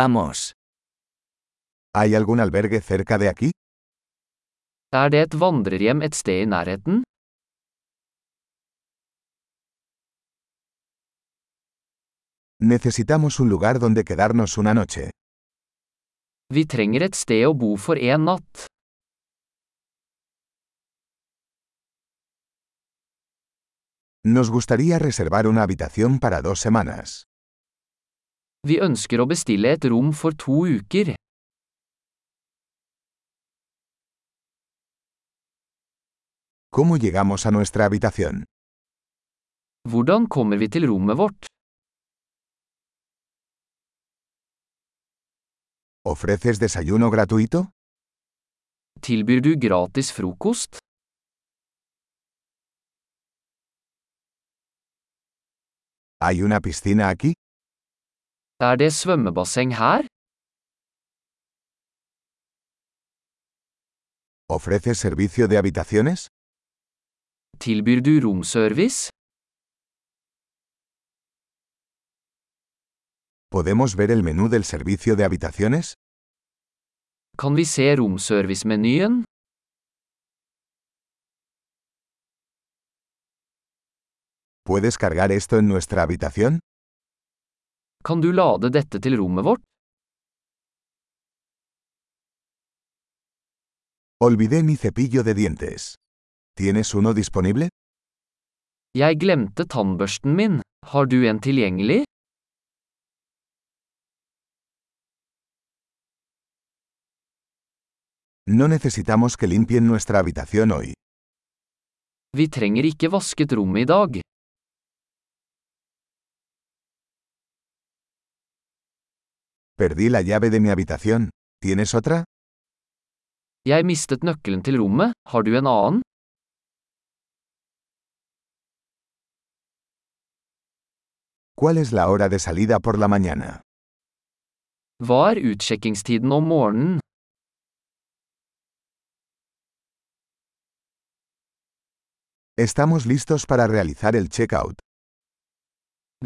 Vamos. ¿Hay algún albergue cerca de aquí? Er det et vandrerhjem et sted i nærheten? Necesitamos un lugar donde quedarnos una noche. Vi trenger et sted å bo for en natt. Nos gustaría reservar una habitación para dos semanas. Vi ønsker å bestille et rom for to uker. ¿Cómo llegamos a nuestra habitación? Hvordan kommer vi til rommet vårt? ¿Ofreces desayuno gratuito? Tilbyr du gratis frokost? ¿Hay una piscina aquí? Er det svømmebasseng her? ¿Ofreces servicio de habitaciones? Tilbyr du romservice? ¿Podemos ver el menú del servicio de habitaciones? Kan vi se romservice-menyen? ¿Puedes cargar esto en nuestra habitación? Kan du lade dette til rommet vårt? Olvidé mi cepillo de dientes. ¿Tienes uno disponible? Jeg glemte tannbørsten min. Har du en tilgjengelig? No necesitamos que limpien nuestra habitación hoy. Vi trenger ikke vasket rommet i dag. Perdí la llave de mi habitación. ¿Tienes otra? Jeg mistet nøkkelen til rommet. Har du en annen? ¿Cuál es la hora de salida por la mañana? Hva er utsjekkingstiden om morgenen? Estamos listos para realizar el checkout.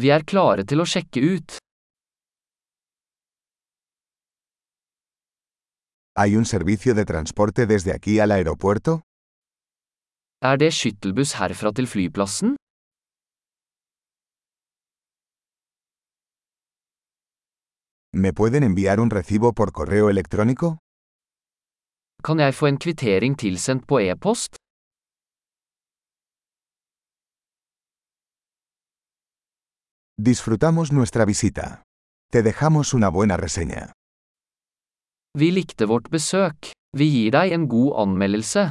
Vi er klare til å sjekke ut. ¿Hay un servicio de transporte desde aquí al aeropuerto? Er det skyttelbuss herfra til flyplassen? ¿Me pueden enviar un recibo por correo electrónico? Kan jeg få en kvittering tilsendt på e-post? Disfrutamos nuestra visita. Te dejamos una buena reseña. Vi likte vårt besøk. Vi gir deg en god anmeldelse.